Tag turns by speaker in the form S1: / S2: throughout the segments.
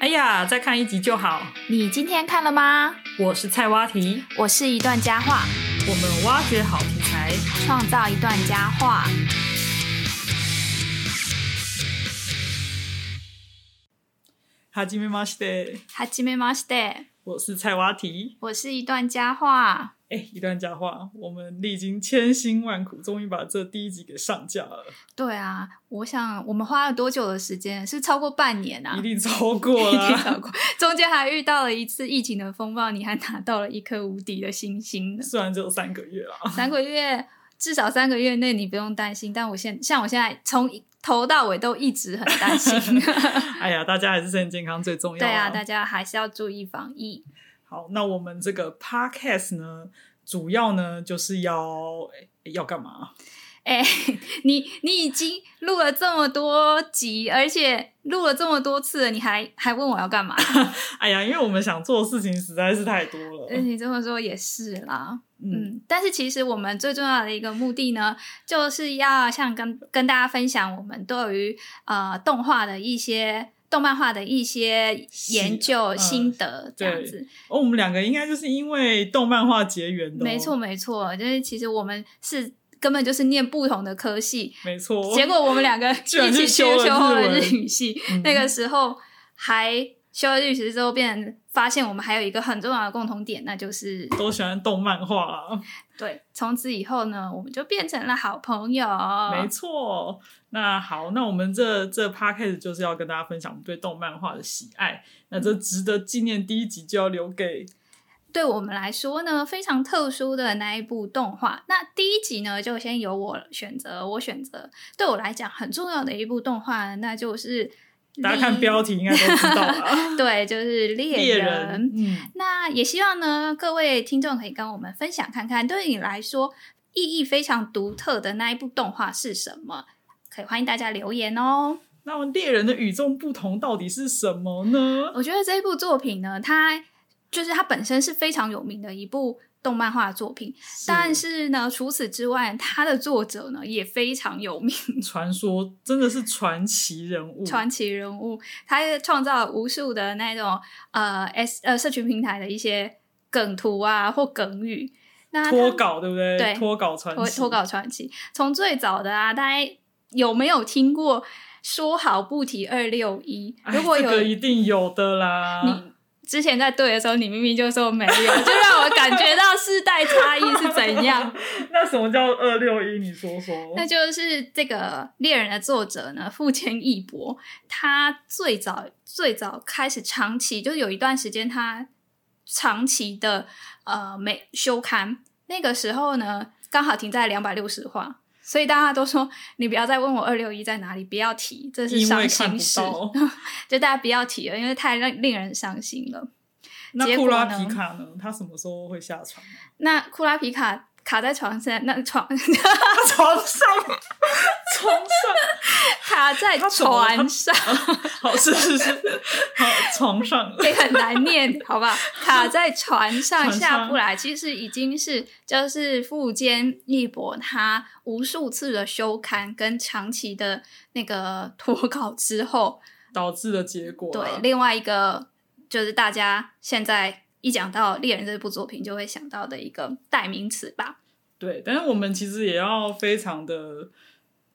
S1: 哎呀，再看一集就好。
S2: 你今天看了吗？
S1: 我是菜蛙题，
S2: 我是一段佳话，
S1: 我们挖掘好题材。
S2: 创造一段佳话。
S1: 哈基米马西德，
S2: 哈基梅马西德，
S1: 我是菜蛙题。
S2: 我是一段佳话。
S1: 哎、一段假话，我们历经千辛万苦，终于把这第一集给上架了，
S2: 对啊，我想我们花了多久的时间？是超过半年 啊
S1: 一，定超过了。
S2: 超过。中间还遇到了一次疫情的风暴，你还拿到了一颗无敌的星星呢。
S1: 虽然只有三个月啦，
S2: 三个月，至少三个月内你不用担心。但我现像我现在从头到尾都一直很担 心。
S1: 哎呀，大家还是身体健康最重要、
S2: 对啊，大
S1: 家
S2: 家还是要注意防疫。
S1: 好，那我们这个 podcast 呢，主要呢就是要、哎要干嘛？
S2: 哎、你你已经录了这么多集，而且录了这么多次了，你还还问我要干嘛？
S1: 哎呀，因为我们想做的事情实在是太多了。
S2: 嗯你这么说也是啦，
S1: 嗯，
S2: 嗯。但是其实我们最重要的一个目的呢，就是要像跟跟大家分享我们对于呃动画的一些。动漫画的一些研究
S1: 嗯
S2: 心得，这样子，
S1: 哦，我们两个应该就是因为动漫画结缘的、哦
S2: 没错，没错，就是其实我们是根本就是念不同的科系，
S1: 没错。
S2: 结果我们两个
S1: 居然
S2: 一
S1: 去
S2: 起
S1: 修
S2: 修
S1: 了
S2: 修
S1: 日
S2: 了
S1: 文
S2: 日语系，
S1: 嗯
S2: 那个时候还修了日语系之后，变成发现我们还有一个很重要的共同点，那就是
S1: 都喜欢动漫画啦，
S2: 对，从此以后呢，我们就变成了好朋友。
S1: 没错。那好，那我们这 这 p a c a s t 就是要跟大家分享我们对动漫画的喜爱。那这值得纪念第一集就要留给
S2: 对我们来说呢，非常特殊的那一部动画。那第一集呢，就先由我选择，我选择对我来讲很重要的一部动画呢，那就是
S1: 大家看
S2: 猎
S1: 标题应该都知道啊啦，
S2: 对，就是
S1: 猎
S2: 猎
S1: 人，嗯，
S2: 那也希望呢，各位听众可以跟我们分享看看，对你来说意义非常独特的那一部动画是什么？可以欢迎大家留言哦。
S1: 那么猎人的与众不同到底是什么呢？
S2: 我觉得这一部作品呢，它就是它本身是非常有名的一部动漫画作品，但是呢，除此之外，它的作者呢也非常有名，
S1: 传说真的是传奇人物，
S2: 传奇人物，他也创造了无数的那种呃 S 呃社群平台的一些梗图啊或梗语。那
S1: 脱
S2: 他
S1: 稿对不对？
S2: 对
S1: 脱稿传
S2: 脱
S1: 奇，
S2: 脱稿传奇，从最早的啊，大家有没有听过“说好不提二六一”？
S1: 哎
S2: 如果
S1: 这
S2: 有、
S1: 个一定有的啦，
S2: 你之前在对的时候，你明明就说没有，就让我感觉到世代差异是怎样。
S1: 那什么叫二六一？你说说。
S2: 那就是这个《猎人》的作者呢，富坚义博，他最早最早开始长期，就是有一段时间他长期的呃每休刊，那个时候呢刚好停在两百六十话。所以大家都说，你不要再问我二六一在哪里，不要提，这是
S1: 因为
S2: 伤
S1: 看不
S2: 心事，
S1: 到，
S2: 就大家不要提了，因为太让令人伤心了。
S1: 那
S2: 结
S1: 库
S2: 果
S1: 拉
S2: 呢
S1: 皮卡呢？他什么时候会下床？
S2: 那库拉皮卡卡在床上，那床
S1: 床上， 床上，
S2: 卡在
S1: 他怎么了
S2: 船上，
S1: 好是是是，好床上，
S2: 也很难念，好不好？卡在船上
S1: 船上
S2: 下不来，其实已经是就是富坚义博他无数次的休刊跟长期的那个脱稿之后，
S1: 导致的结果啊。
S2: 对另外一个就是大家现在一讲到《猎人》这部作品，就会想到的一个代名词吧。
S1: 对，但是我们其实也要非常的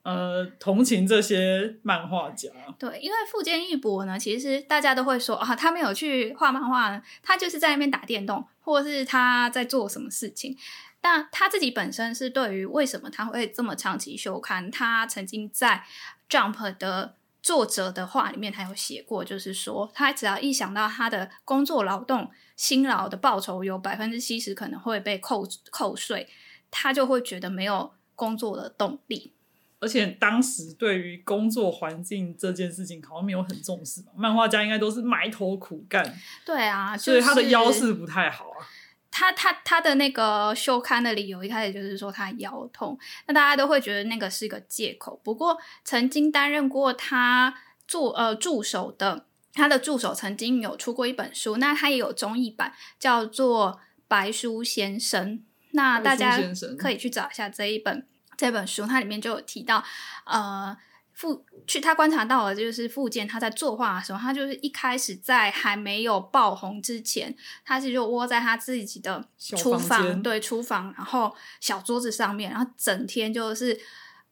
S1: 呃同情这些漫画家，
S2: 对，因为富坚义博呢，其实大家都会说啊，他没有去画漫画呢，他就是在那边打电动，或是他在做什么事情。但他自己本身是对于为什么他会这么长期休刊，他曾经在 Jump 的作者的话里面，他有写过，就是说他只要一想到他的工作劳动辛劳的报酬有百分之七十可能会被扣扣税，他就会觉得没有工作的动力。
S1: 而且当时对于工作环境这件事情好像没有很重视吧，漫画家应该都是埋头苦干，
S2: 对啊，
S1: 所以他的
S2: 就是
S1: 腰是不太好啊。
S2: 他他他的那个休刊的理由一开始就是说他腰痛，那大家都会觉得那个是一个借口。不过曾经担任过他助呃助手的，他的助手曾经有出过一本书，那他也有中译版，叫做《白书先生》。那大
S1: 白书
S2: 家
S1: 先生
S2: 可以去找一下这一本这本书，它里面就有提到，呃，附去他观察到了，就是附件他在作画的时候，他就是一开始在还没有爆红之前，他是就窝在他自己的
S1: 小
S2: 厨
S1: 房间
S2: 房，对厨房，然后小桌子上面，然后整天就是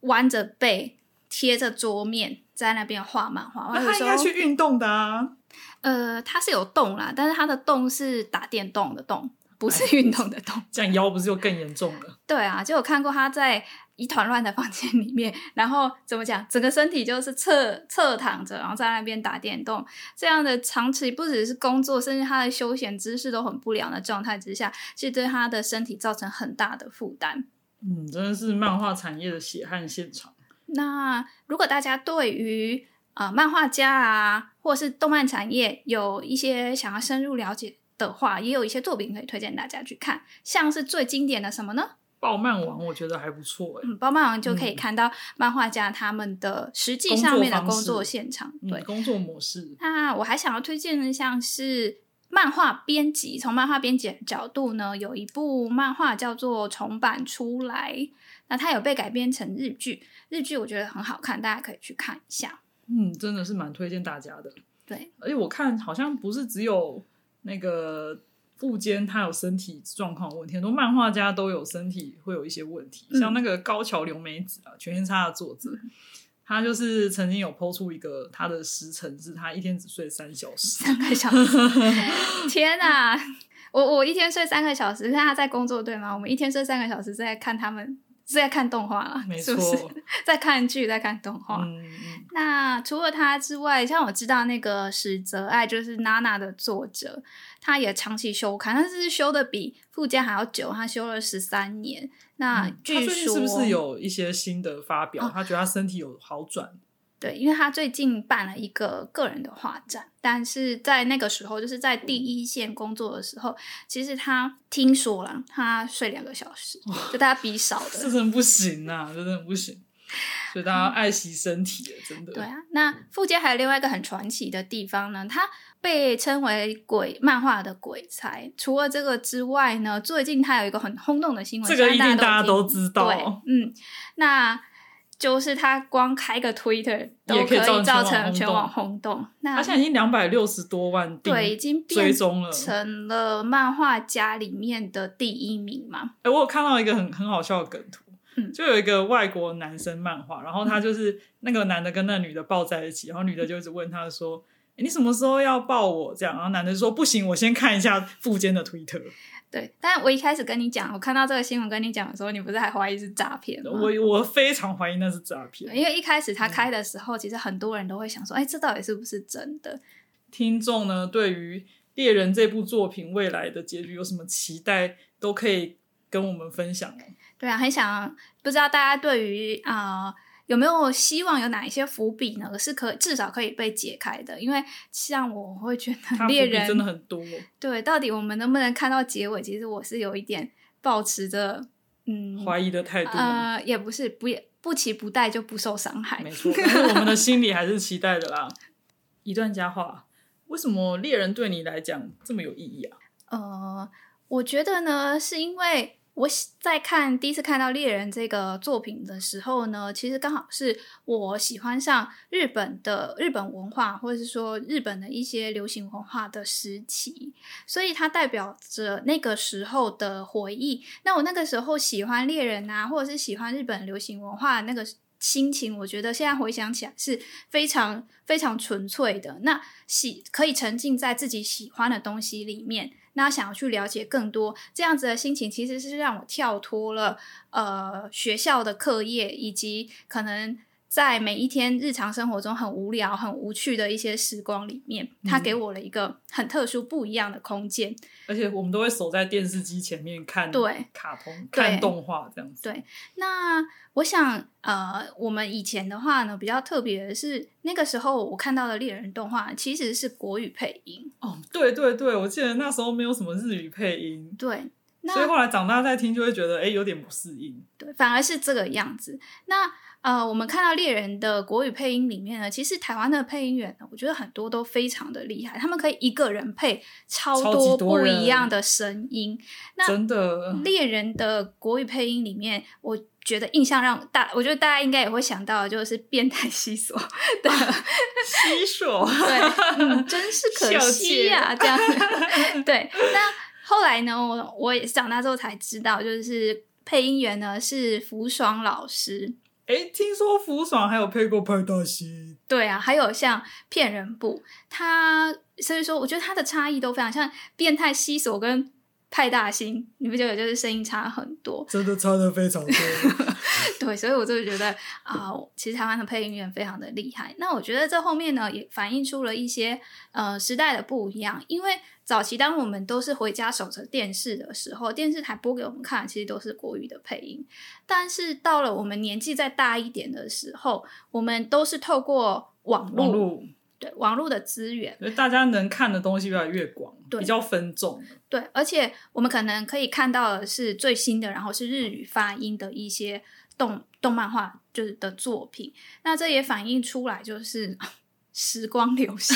S2: 弯着背贴着桌面在那边画漫画。
S1: 那
S2: 我有
S1: 他
S2: 时
S1: 应
S2: 候
S1: 该去运动的啊，
S2: 呃，他是有动啦，但是他的动是打电动的动，不
S1: 哎
S2: 是运动的动。
S1: 这样腰不是就更严重了？
S2: 对啊，就有看过他在一团乱的房间里面，然后怎么讲，整个身体就是侧侧躺着，然后在那边打电动，这样的长期不只是工作，甚至他的休闲姿势都很不良的状态之下，其实对他的身体造成很大的负担。
S1: 嗯，真的是漫画产业的血汗现场。
S2: 那如果大家对于呃漫画家啊，或是动漫产业有一些想要深入了解的话，也有一些作品可以推荐大家去看，像是最经典的什么呢？
S1: 爆漫王我觉得还不错哎、
S2: 嗯，包漫王就可以看到漫画家他们的实际
S1: 工作
S2: 上面的
S1: 方式
S2: 工作现场。对
S1: 嗯，，工作模式，
S2: 那我还想要推荐的像是漫画编辑，从漫画编辑的角度呢，有一部漫画叫做《重版出来》，那它有被改编成日剧，日剧我觉得很好看，大家可以去看一下。
S1: 嗯，真的是蛮推荐大家的。
S2: 对，
S1: 而且我看好像不是只有那个富坚他有身体状况问题，很多漫画家都有身体会有一些问题，
S2: 嗯
S1: 像那个高桥留美子啊，《全身差》的作者，他就是曾经有抛出一个他的时辰是他一天只睡三小时，
S2: 三个小 时，天哪、我我一天睡三个小时，那他在工作对吗？我们一天睡三个小时是在看他们是在看动画了，
S1: 没
S2: 是
S1: 错，
S2: 不是在看剧，在看动画？
S1: 嗯，嗯
S2: 那除了他之外，像我知道那个史泽爱就是娜娜的作者，他也长期休刊，但是休的比富坚还要久，他休了十三年。
S1: 嗯
S2: 那
S1: 他
S2: 啊据
S1: 最近
S2: 说、
S1: 是不是有一些新的发表？
S2: 哦
S1: 他觉得他身体有好转，
S2: 对，因为他最近办了一个个人的画展，但是在那个时候，就是在第一线工作的时候，其实他听说了，他睡两个小时，就大家比少
S1: 这
S2: 的。
S1: 真的不行啊，这真的不行。所以大家爱惜身体，真的。
S2: 对啊，那
S1: 嗯
S2: 富坚还有另外一个很传奇的地方呢，他被称为鬼漫画的鬼才。除了这个之外呢，最近他有一个很轰动的新闻，
S1: 这个
S2: 相
S1: 一
S2: 信
S1: 定大
S2: 大
S1: 家都
S2: 有听
S1: 知道哦
S2: 对，嗯，那就是他光开个 Twitter 都
S1: 也可以造成
S2: 造
S1: 全网
S2: 成
S1: 轰
S2: 全
S1: 动
S2: 网轰动。那
S1: 他现在已经两百六十多万订，
S2: 对，已经
S1: 追
S2: 变
S1: 踪了。
S2: 成了漫画家里面的第一名嘛。
S1: 哎、我有看到一个很很好笑的梗图，
S2: 嗯
S1: 就有一个外国男生漫画，然后他就是那个男的跟那女的抱在一起，然后女的就一直问他说。诶你什么时候要抱我？这样，然后男的说不行，我先看一下富坚的推特。
S2: 对，但我一开始跟你讲，我看到这个新闻跟你讲的时候，你不是还怀疑是诈骗吗？
S1: 我我非常怀疑那是诈骗。
S2: 因为一开始
S1: 嗯
S2: 他开的时候，其实很多人都会想说，哎，这到底是不是真的？
S1: 听众呢，对于《猎人》这部作品未来的结局有什么期待，都可以跟我们分享哦。
S2: 对啊，很想不知道大家对于啊、呃有没有希望有哪一些伏笔呢？是可至少可以被解开的，因为像我会觉
S1: 他
S2: 得
S1: 伏
S2: 猎
S1: 笔
S2: 人
S1: 真的很多，哦
S2: 对，到底我们能不能看到结尾？其实我是有一点抱持着嗯
S1: 怀疑的态度吗。
S2: 呃，也不是不也不期不待就不受伤害
S1: 没。错，但是我们的心里还是期待的啦。一段佳话，为什么猎人对你来讲这么有意义啊？
S2: 呃，我觉得呢，是因为我喜在看第一次看到《猎人》这个作品的时候呢，其实刚好是我喜欢上日本的日本文化，或者是说日本的一些流行文化的时期，所以它代表着那个时候的回忆。那我那个时候喜欢猎人啊，或者是喜欢日本流行文化那个心情，我觉得现在回想起来是非常非常纯粹的。那喜可以沉浸在自己喜欢的东西里面，那想要去了解更多，这样子的心情其实是让我跳脱了呃学校的课业以及可能。在每一天日常生活中很无聊、很无趣的一些时光里面，它
S1: 嗯
S2: 给我了一个很特殊、不一样的空间。
S1: 而且我们都会守在电视机前面看
S2: 对
S1: 卡通、
S2: 对
S1: 看动画这样子。
S2: 对，那我想，呃，我们以前的话呢，比较特别的是，那个时候我看到的猎人动画其实是国语配音。
S1: 哦，对对对，我记得那时候没有什么日语配音，
S2: 对，
S1: 所以后来长大再听就会觉得，哎、有点不适应。
S2: 对，反而是这个样子。那呃，我们看到猎人的国语配音里面呢，其实台湾的配音员呢，我觉得很多都非常的厉害，他们可以一个人配超
S1: 超级
S2: 多
S1: 多
S2: 不
S1: 人嗯
S2: 一样的声音。那
S1: 真的，
S2: 猎人的国语配音里面，我觉得印象让大，我觉得大家应该也会想到，就是变态西索的，
S1: 吸手
S2: 对，嗯，真是可惜 呀、这样。 对，那后来呢，我我也是长大之后才知道，就是配音员呢是福爽老师，
S1: 哎、听说福爽还有配过派大星，
S2: 对啊，还有像骗人部，他所以说，我觉得他的差异都非常像变态西索跟。派大星，你不觉得就是声音差很多？
S1: 真的差的非常多。
S2: 对，所以我就觉得啊、其实台湾的配音员非常的厉害。那我觉得这后面呢，也反映出了一些呃时代的不一样。因为早期当我们都是回家守着电视的时候，电视台播给我们看，其实都是国语的配音。但是到了我们年纪再大一点的时候，我们都是透过网
S1: 网
S2: 络
S1: 络，
S2: 对网络的资源，
S1: 所以大家能看的东西越来越广，
S2: 对
S1: 比较分众。
S2: 对，而且我们可能可以看到的是最新的，然后是日语发音的一些动动漫画就是的作品，那这也反映出来就是 时光流逝，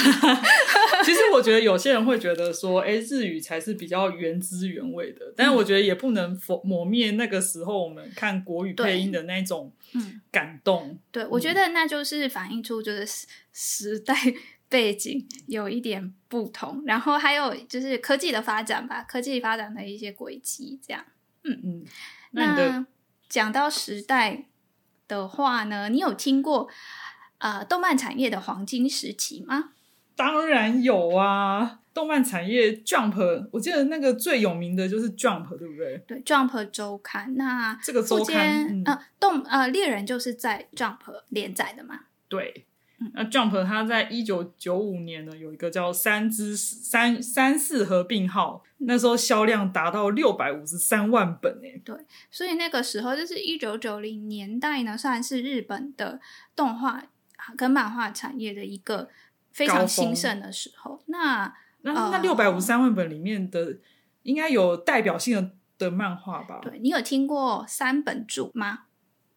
S1: 其实我觉得有些人会觉得说，哎、日语才是比较原汁原味的，
S2: 嗯
S1: 但是我觉得也不能否抹灭那个时候我们看国语配音的那种
S2: 嗯，
S1: 感动。
S2: 对，
S1: 嗯
S2: 我觉得那就是反映出就是时时代 背景有一点不同，然后还有就是科技的发展吧，科技发展的一些轨迹这样。
S1: 嗯，那你的
S2: 那讲到时代的话呢，你有听过呃动漫产业的黄金时期吗？
S1: 当然有啊，动漫产业 Jump，我记得那个最有名的就是 Jump，对不对？
S2: 对《Jump》周刊，那
S1: 这个周
S2: 富坚
S1: 刊，嗯，
S2: 呃，动呃猎人就是在《Jump》连载的嘛。
S1: 对。
S2: 嗯
S1: 那 Jump 它在一九九五年呢，有一个叫三之三三四合并号，那时候销量达到六百五十三万本诶、
S2: 所以那个时候就是一九九零年代呢，算是日本的动画啊跟漫画产业的一个非
S1: 高峰
S2: 常兴盛的时候。那
S1: 那
S2: 哦
S1: 那六百五十三万本里面的，应该有代表性的的漫画吧？
S2: 对你有听过三本柱吗？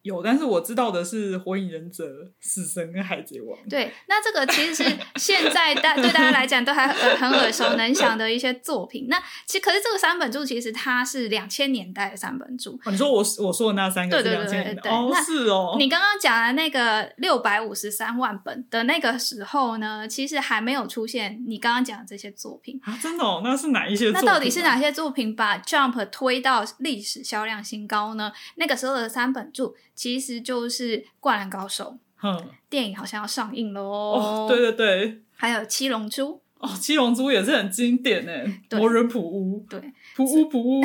S1: 有，但是我知道的是《火影忍者》《死神》跟《海贼王》。
S2: 对，那这个其 实是现在大对大家来讲都还呃很耳熟能详的一些作品。那其实可是这个三本柱其实它是两千年代的三本柱，
S1: 哦，你说我我说的那三个是
S2: 对对
S1: 两
S2: 对
S1: 千年的
S2: 对
S1: 哦，
S2: 那
S1: 是哦，
S2: 你刚刚讲的那个六百五十三万本的那个时候呢，其实还没有出现你刚刚讲的这些作品。
S1: 啊，真的哦，那是哪一些、作
S2: 那
S1: 品啊
S2: 到底是哪些作品把 Jump 推到历史销量新高呢？那个时候的三本柱其实就是《灌篮高手》，
S1: 哼，
S2: 电影好像要上映喽、
S1: 哦，对，对对，
S2: 还有《七龙珠
S1: 哦，《七龙珠》也是很经典诶，
S2: 对
S1: 魔人普乌》，，
S2: 对，
S1: 普乌普乌，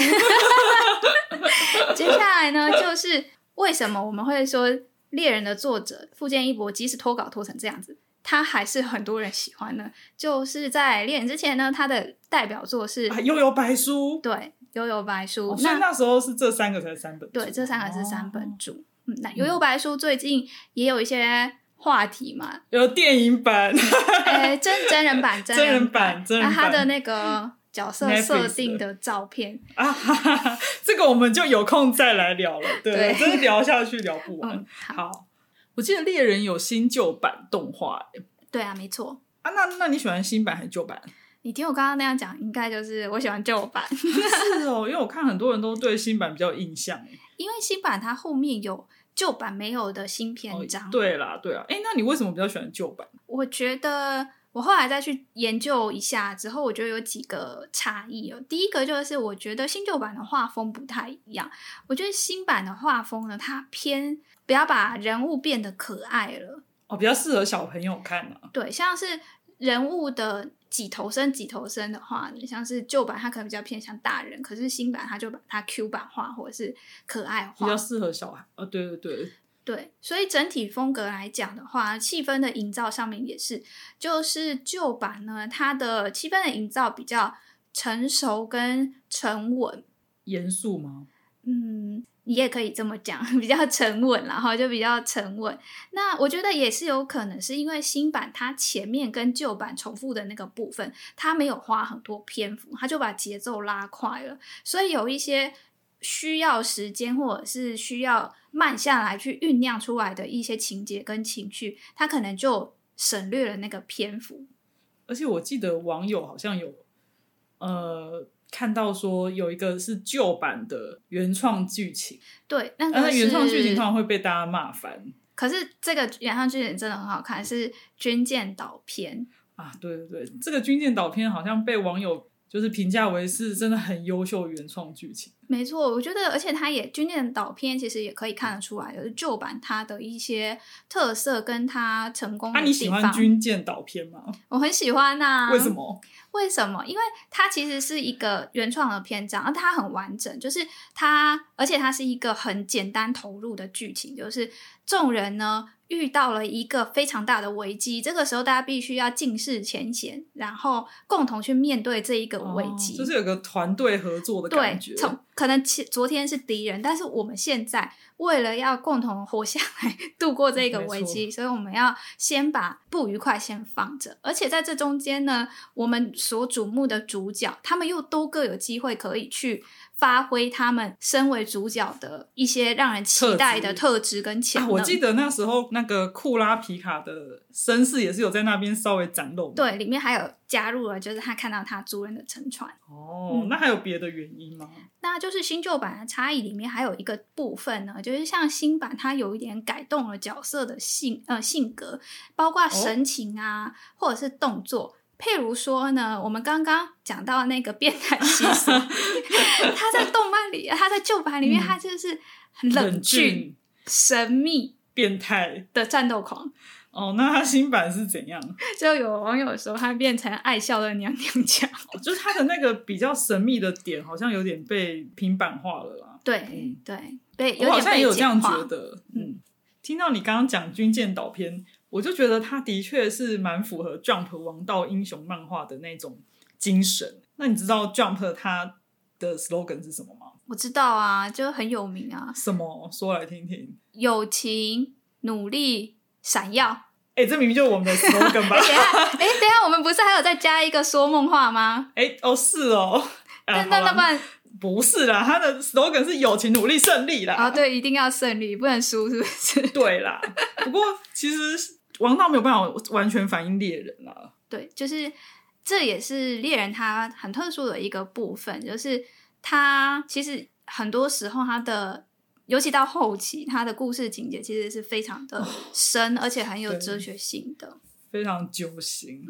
S2: 接下来呢，就是为什么我们会说《猎人》的作者富坚义博，即使脱稿脱成这样子，他还是很多人喜欢呢？就是在《猎人》之前呢，他的代表作是、
S1: 啊，又有白 书，
S2: 对《幽游白书》
S1: 哦所以
S2: 那
S1: 那时候是这三个才是三本书，
S2: 对这三个是三
S1: 哦
S2: 本著。嗯，那《幽游白书》最近也有一些话题嘛，
S1: 有电影版，
S2: 哎、真真人版，真
S1: 真人
S2: 人
S1: 版真人
S2: 那他
S1: 版
S2: 的那个角色
S1: Netflix
S2: 设
S1: 的
S2: 定的照片，
S1: 啊，哈哈哈，这个我们就有空再来聊了。对，
S2: 对
S1: 真的聊下去聊不 完。
S2: 嗯，好，
S1: 好，我记得猎人有新旧版动画、欸、
S2: 对啊，没错。
S1: 啊，那那你喜欢新版还是旧版？
S2: 你听我刚刚那样讲，应该就是我喜欢旧版，
S1: 是哦，因为我看很多人都对新版比较有印象、欸。
S2: 因为新版它后面有旧版没有的新
S1: 哦
S2: 篇章。，
S1: 对啦，对啊，哎、那你为什么比较喜欢旧版？
S2: 我觉得我后来再去研究一下之后，我觉得有几个差异哦。第一个就是我觉得新旧版的画风不太一样，我觉得新版的画风呢，它偏不要把人物变得可爱了，
S1: 哦，比较适合小朋友看啊。
S2: 对，像是人物的。几头身几头身的话，像是旧版它可能比较偏向大人，可是新版它就把它 Q 版化或者是可爱
S1: 比
S2: 化，
S1: 较适合小孩啊，对对对，
S2: 对，所以整体风格来讲的话，气氛的营造上面也是，就是旧版呢，它的气氛的营造比较成熟跟沉稳，
S1: 严肃吗？
S2: 嗯，你也可以这么讲， 比较沉稳，然后就比较沉稳。那我觉得也是有可能是因为新版它前面跟旧版重复的那个部分，它没有花很多篇幅，它就把节奏拉快了，所以有一些需要时间或者是需要慢下来去酝酿出来的一些情节跟情绪，它可能就省略了那个篇幅。
S1: 而且我记得网友好像有呃看到说有一个是旧版的原创剧情，
S2: 对，那
S1: 但
S2: 个
S1: 是呃原创剧情
S2: 是
S1: 通常会被大家骂翻
S2: 可是这个原创剧情真的很好看，是《军舰岛篇》。
S1: 啊。对对对，这个军舰岛片好像被网友就是评价为是真的很优秀的原创剧情。
S2: 没错，我觉得，而且它也《军舰岛篇》其实也可以看得出来，就是旧版它的一些特色跟它成功的
S1: 啊，
S2: 地方。啊
S1: 你喜欢军舰岛片吗？
S2: 我很喜欢呐、
S1: 为什？么？
S2: 为什么？因为它其实是一个原创的篇章，而它很完整，就是它，而且它是一个很简单投入的剧情，就是众人呢遇到了一个非常大的危机，这个时候大家必须要尽释前嫌，然后共同去面对这一个危机、
S1: 哦就是有个团队合作的
S2: 对
S1: 感觉，。啊
S2: 从可能前昨天是敌人，但是我们现在为了要共同活下来，度过这个
S1: 嗯没
S2: 危机，所以我们要先把不愉快先放着。而且在这中间呢，我们所瞩目的主角，他们又都各有机会可以去发挥他们身为主角的一些让人期待的特质跟潜
S1: 啊，
S2: 能。
S1: 我记得那时候那个库拉皮卡的身世也是有在那边稍微展露。，
S2: 对，里面还有加入了，就是他看到他主人的沉船。
S1: 哦，
S2: 嗯
S1: 那还有别的原因吗？
S2: 那就是新旧版的差异里面还有一个部分呢，就是像新版它有一点改动了角色的性呃性格，包
S1: 哦
S2: 括神情啊，或者是动作。譬如说呢，我们刚刚讲到那个变态西索， 他在动漫里，他在旧版里面，
S1: 嗯
S2: 他就是很冷峻、
S1: 峻、
S2: 神秘
S1: 变态。
S2: 的战斗狂。
S1: 哦，那他新版是怎样？
S2: 就有网友说他变成爱笑的娘 娘腔。
S1: 哦就是他的那个比较神秘的点，好像有点被平板化了啦。
S2: 对、
S1: 嗯
S2: 对对，
S1: 我好
S2: 点
S1: 像
S2: 被
S1: 也有这样
S2: 简化
S1: 觉得。嗯，听到你刚刚讲《军舰岛篇》，我就觉得它的确是蛮符合 Jump 王道英雄漫画的那种精神。那你知道 Jump 它的 slogan 是什么吗？
S2: 我知道啊，就很有名啊。
S1: 什么？说来听听。
S2: 友情、努力、闪耀。
S1: 哎、这明明就是我们的 slogan 吧
S2: 哎、？等一下，哎、等一下，我们不是还有再加一个说梦话吗？
S1: 哎、哦，是哦。
S2: 那
S1: 啊、
S2: 那
S1: 好啦
S2: 那不然
S1: 不是啦，它的 slogan 是友情、努力、胜利啦。
S2: 啊，对，一定要胜利，不能输，是不是？
S1: 对啦，不过其实王道没有办法完全反映猎人啊啦。
S2: 对，就是这也是猎人他很特殊的一个部分，就是他其实很多时候他的。尤其到后期，他的故事情节其实是非常的深，而且很有
S1: 对
S2: 哲学性的。
S1: 非常揪心，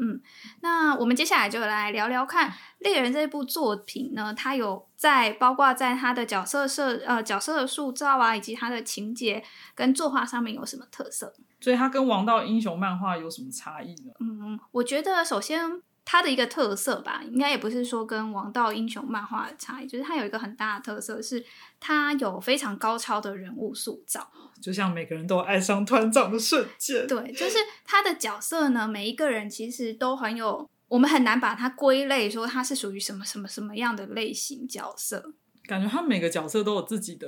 S2: 那我们接下来就来聊聊看《猎人》这部作品呢，它有在包括在它的角色设呃角色的塑造啊，以及它的情节跟作画上面有什么特色？
S1: 所以它跟王道英雄漫画有什么差异呢？
S2: 嗯，我觉得首先它的一个特色吧，应该也不是说跟王道英雄漫画的差异，就是它有一个很大的特色是它有非常高超的人物塑造。
S1: 就像每个人都有爱上团长的瞬间，
S2: 对，就是他的角色呢，每一个人其实都很有，我们很难把它归类说他是属于什么什么什么样的类型角色。
S1: 感觉他每个角色都有自己的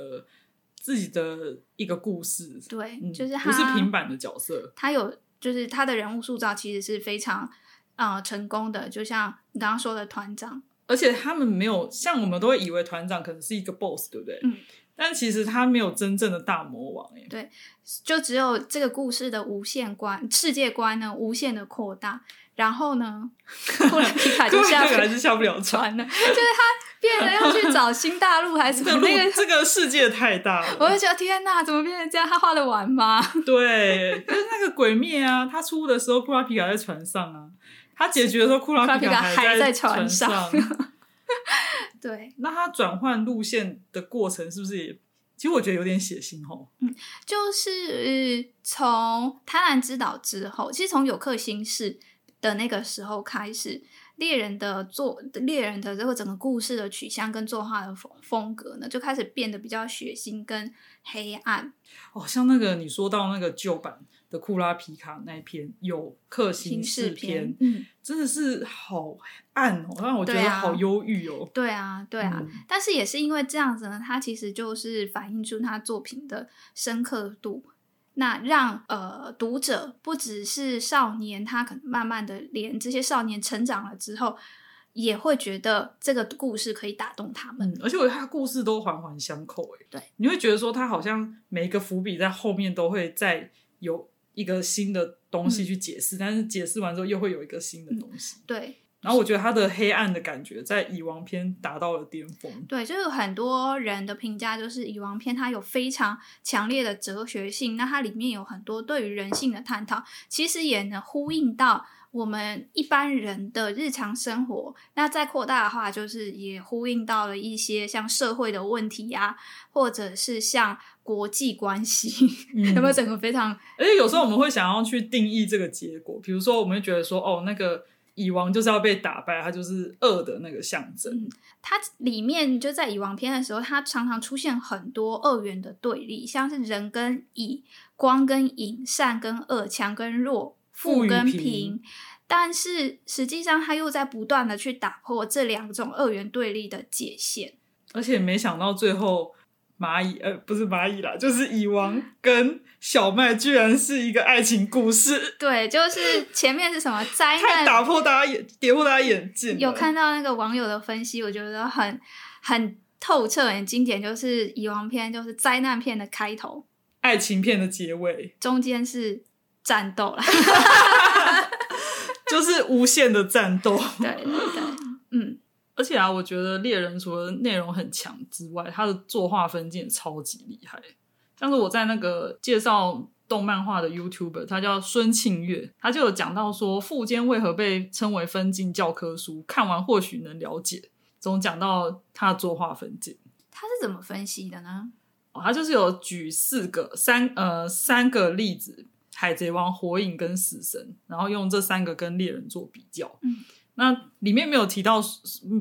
S1: 自己的一个故事，
S2: 对，
S1: 嗯，
S2: 就是他
S1: 不是平板的角色，
S2: 他有就是他的人物塑造其实是非常呃成功的，就像你刚刚说的团长，
S1: 而且他们没有像我们都会以为团长可能是一个 boss，对不对？
S2: 嗯，
S1: 但其实他没有真正的大魔王耶，
S2: 就只有这个故事的无限观世界观呢无限的扩大，然后呢，库拉皮卡就下
S1: 对还
S2: 船
S1: 是下不了船。
S2: 了，就是他变得要去找新大陆还是
S1: 这
S2: 什
S1: 个
S2: 么
S1: 路
S2: 那个。
S1: 这个世界太大了，
S2: 我就觉得天哪，怎么变成这样？他画的完吗？
S1: 对，就是那个鬼灭啊，他出的时候库拉皮卡在船上啊，他解决的时候库拉
S2: 库拉皮卡
S1: 还
S2: 还在
S1: 船
S2: 船上
S1: 上
S2: 对，
S1: 那他转换路线的过程是不是也？其实我觉得有点血腥哦。
S2: 就是呃从《贪婪之岛》之后，其实从《有克星市》的那个时候开始，猎人的作猎人的这个整个故事的取向跟作画的风风格呢，就开始变得比较血腥跟黑暗。
S1: 哦，像那个你说到那个旧版的库拉皮卡那一篇有克星
S2: 视
S1: 四篇，
S2: 嗯，
S1: 真的是好暗哦，让我觉
S2: 对
S1: 得
S2: 啊
S1: 好忧郁哦。
S2: 对啊，对啊。
S1: 嗯
S2: 但是也是因为这样子呢，它其实就是反映出他作品的深刻度，那让呃读者不只是少年，他可能慢慢的连这些少年成长了之后，也会觉得这个故事可以打动他们。
S1: 嗯，而且我觉得他故事都环环相扣、欸，
S2: 对，
S1: 你会觉得说他好像每一个伏笔在后面都会再有一个新的东
S2: 嗯
S1: 西去解释，但是解释完之后又会有一个新的东西。
S2: 对
S1: 然后我觉得他的黑暗的感觉在蚁王篇达到了巅峰，
S2: 对，就是很多人的评价就是《蚁王篇》它有非常强烈的哲学性，那它里面有很多对于人性的探讨，其实也能呼应到我们一般人的日常生活。那再扩大的话，就是也呼应到了一些像社会的问题啊，或者是像国际关系，
S1: 嗯
S2: 有没有整个非常
S1: 而且有时候我们会想要去定义这个结果，比如说我们会觉得说，哦，那个蚁王就是要被打败，他就是恶的那个象征。
S2: 嗯它里面就在蚁王篇的时候，它常常出现很多二元的对立，像是人跟蚁、光跟影、善跟恶、强跟弱、
S1: 富
S2: 富
S1: 与
S2: 跟
S1: 贫
S2: 贫。但是实际上，它又在不断的去打破这两种二元对立的界限。
S1: 而且没想到最后蚂蚁，呃，不是蚂蚁啦，就是蚁 王跟小麦居然是一个爱情故事，
S2: 对，就是前面是什么灾
S1: 太打
S2: 难？
S1: 破大家眼，跌破大家眼镜了。
S2: 哎有看到那个网友的分析，我觉得很很透彻、很经典，就是蚁王篇就是灾难片的开头，
S1: 爱情片的结尾，
S2: 中间是战斗啦。
S1: 就是无限的战斗。
S2: 对对对，嗯。
S1: 而且啊，我觉得猎人除了内容很强之外，他的作画分镜也超级厉害。像是我在那个介绍动漫画的 YouTuber，他叫孙庆月，他就有讲到说，富坚为何被称为分镜教科书，看完或许能了解。总讲到他的作画分镜。
S2: 他是怎么分析的呢？
S1: 哦，他就是有举四个三呃三个例子，《海贼王》《火影》跟《死神》，然后用这三个跟猎人做比较。
S2: 嗯，
S1: 那里面没有提到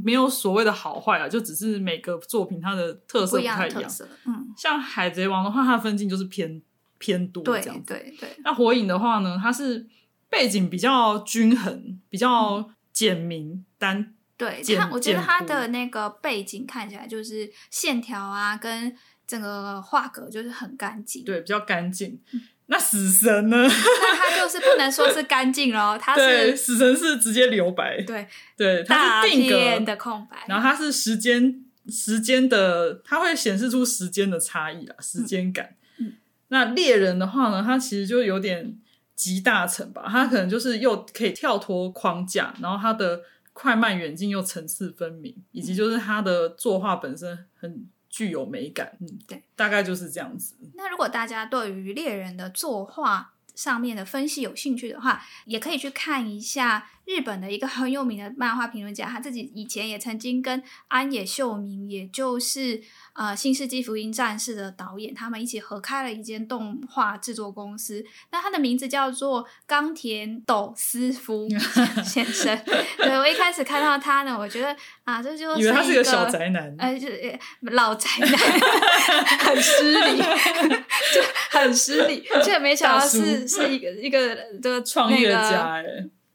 S1: 没有所谓的好坏啊，就只是每个作品它的特色
S2: 不
S1: 不
S2: 一样
S1: 太
S2: 的
S1: 一
S2: 特
S1: 样。
S2: 色，嗯，
S1: 像《海贼王》的话，它的分镜就是偏偏多
S2: 对
S1: 这样子。
S2: 对对，
S1: 那《火影》的话呢，它是背景比较均衡，比
S2: 嗯
S1: 较简明单。
S2: 对
S1: 简
S2: 他，我觉得
S1: 简
S2: 他
S1: 朴
S2: 的那个背景看起来就是线条啊，跟整个画格就是很干净。，
S1: 对，比较干净。
S2: 嗯
S1: 那死神呢？
S2: 那他就是不能说是干净咯，他
S1: 对，
S2: 是
S1: 死神是直接留白。
S2: 对
S1: 对，它
S2: 大
S1: 是定
S2: 片
S1: 格
S2: 的空白，
S1: 然后它是时间时间的，它会显示出时间的差异啊，时间感。
S2: 嗯嗯
S1: 那猎人的话呢，它其实就有点集大成吧，它可能就是又可以跳脱框架，然后它的快慢远近又层次分明，以
S2: 嗯
S1: 及就是它的作画本身很具有美感。嗯，
S2: 对，
S1: 大概就是这样子。
S2: 那如果大家对于猎人的作画上面的分析有兴趣的话，也可以去看一下日本的一个很有名的漫画评论家，他自己以前也曾经跟安野秀明，也就是呃《新世纪福音战士》的导演，他们一起合开了一间动画制作公司。那他的名字叫做冈田斗司夫 先生。 对我一开始看到他呢，我觉得啊，这就是
S1: 以为他是
S2: 一
S1: 个小宅男，
S2: 呃，就是呃老宅男， 很失礼， 就很失礼，却没想
S1: 大
S2: 到
S1: 叔
S2: 是是一个一个这个
S1: 创业
S2: 那个
S1: 家哎、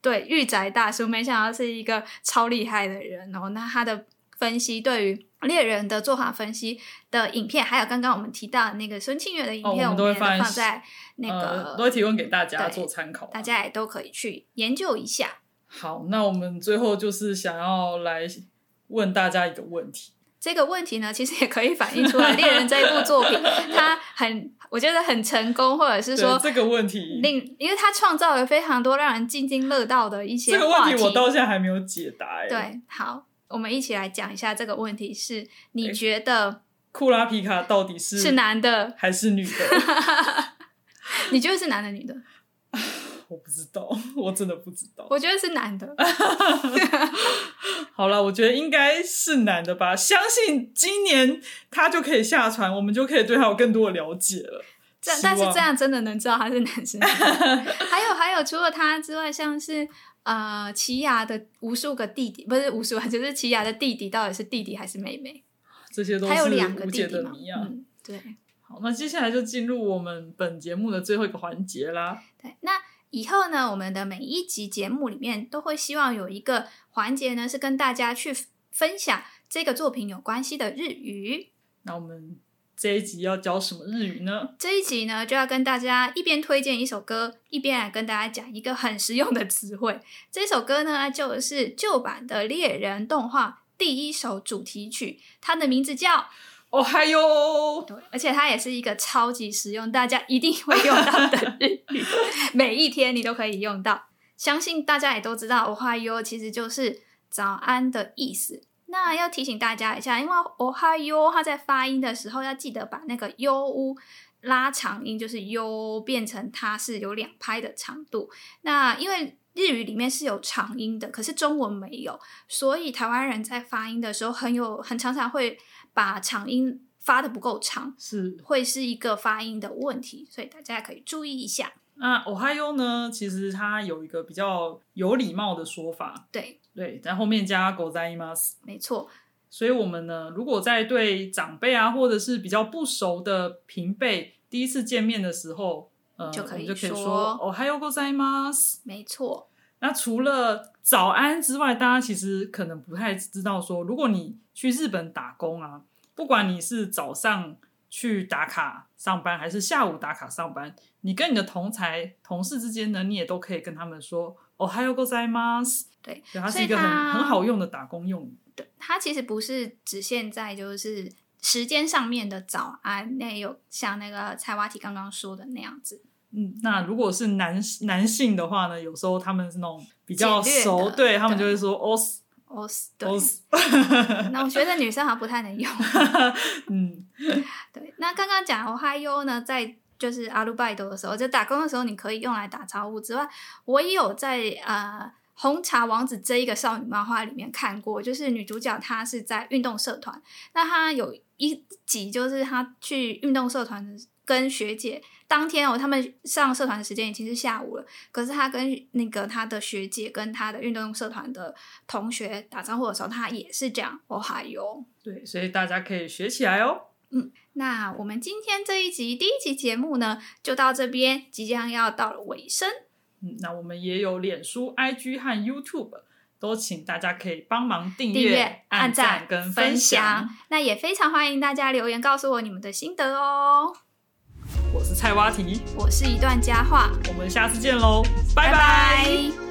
S2: 对御宅大叔，没想到是一个超厉害的人哦。那他的分析对于猎人的做法分析的影片，还有刚刚我们提到的那个孙庆月的影
S1: 哦
S2: 片，
S1: 我们
S2: 我
S1: 都
S2: 们
S1: 会
S2: 也都
S1: 放在
S2: 放在那个、
S1: 呃、都会提供给大家
S2: 对
S1: 做参考啊。
S2: 大家也都可以去研究一下。
S1: 好，那我们最后就是想要来问大家一个问题，
S2: 这个问题呢，其实也可以反映出来，《猎人》这一部作 品，它很，我觉得很成功，或者是
S1: 对
S2: 说
S1: 这个问题，
S2: 令，因为它创造了非常多让人津津乐道的一些
S1: 这个
S2: 话
S1: 问题我到现在还没有解答、欸。，
S2: 对，好，我们一起来讲一下这个问题是：你觉得
S1: 库拉皮卡到底是
S2: 是男的，
S1: 还是女的？
S2: 你觉得是男的女的？
S1: 我不知道，我真的不知道。
S2: 我觉得是男的。
S1: 啊好了，我觉得应该是男的吧，相信今年他就可以下船，我们就可以对他有更多的了解了。
S2: 这
S1: 希
S2: 但是
S1: 望
S2: 这样真的能知道他是男生女的。还有还有，除了他之外，像是呃，奇亚的无数个弟弟，不是无数啊，就是奇亚的弟弟到底是弟弟还是妹妹？
S1: 这些都
S2: 还
S1: 是
S2: 有两个
S1: 无
S2: 弟
S1: 解
S2: 弟
S1: 的
S2: 嘛
S1: 谜啊。？
S2: 嗯，对
S1: 好，那接下来就进入我们本节目的最后一个环节啦。
S2: 对。那以后呢，我们的每一集节目里面都会希望有一个环节呢，是跟大家去分享这个作品有关系的日语。
S1: 那我们这一集要教什么日语呢？
S2: 这一集呢，就要跟大家一边推荐一首歌，一边来跟大家讲一个很实用的词汇。这首歌呢，就是旧版的《猎人》动画第一首主题曲，它的名字叫
S1: 哦嗨哟！
S2: 对，而且它也是一个超级实用，大家一定会用到的日语， 每一天你都可以用到。相信大家也都知道，o h i o 其实就是早安的意思。那要提醒大家一下，因为 o h i o 它在发音的时候要记得把那个 u 呜拉长音，就是 u 变成它是有两拍的长度。那因为日语里面是有长音的，可是中文没有，所以台湾人在发音的时候很有很常常会把长音发的不够长，
S1: 是
S2: 会是一个发音的问题，所以大家可以注意一下。
S1: 那哦嗨哟呢？其实它有一个比较有礼貌的说法，
S2: 对，
S1: 对，在后面加狗在 i m
S2: 没错，
S1: 所以，我们呢，如果在对长辈啊，或者是比较不熟的平辈第一次见面的时候，呃，
S2: 就可以
S1: 我们就可以
S2: 说
S1: 说“哦，还有ございます
S2: 没错，”。
S1: 那除了早安之外，大家其实可能不太知道说，如果你去日本打工啊，不管你是早上去打卡上班，还是下午打卡上班，你跟你的同才同事之间呢，你也都可以跟他们说“哦，还有ございます
S2: 对”。，
S1: 对，它
S2: 所
S1: 是
S2: 以
S1: 一个很
S2: 它
S1: 很好用的打工用语。
S2: 对，它其实不是只限在就是时间上面的早安，那也有像那个蔡瓦提刚刚说的那样子，
S1: 嗯，那如果是男男性的话呢，有时候他们是那种比较
S2: 简略的
S1: 熟，对他们就
S2: 对
S1: 会说 os
S2: 哦，是对。
S1: os，
S2: 那我觉得女生好像不太能用。
S1: 嗯，
S2: 对，那刚刚讲 Ohio 呢，在就是阿鲁拜多的时候，就打工的时候，你可以用来打招呼之外，我也有在呃《红茶王子》这一个少女漫画里面看过，就是女主角她是在运动社团，那她有一集就是她去运动社团的跟学姐。当天哦，他们上社团的时间已经是下午了，可是她跟那个她的学姐跟她的运动社团的同学打招呼的时候，她也是讲“哦嗨哟”。
S1: 对，所以大家可以学起来哦。
S2: 那我们今天这一集第一集节目呢，就到这边，即将要到了尾声。
S1: 嗯，那我们也有脸书、IG 和 YouTube，都请大家可以帮忙订
S2: 订阅、
S1: 按
S2: 赞
S1: 赞跟
S2: 分
S1: 享。
S2: 那也非常欢迎大家留言告诉我你们的心得哦。
S1: 我是菜蛙提，
S2: 我是一段佳话，
S1: 我们下次见喽，拜
S2: 拜
S1: 拜
S2: 拜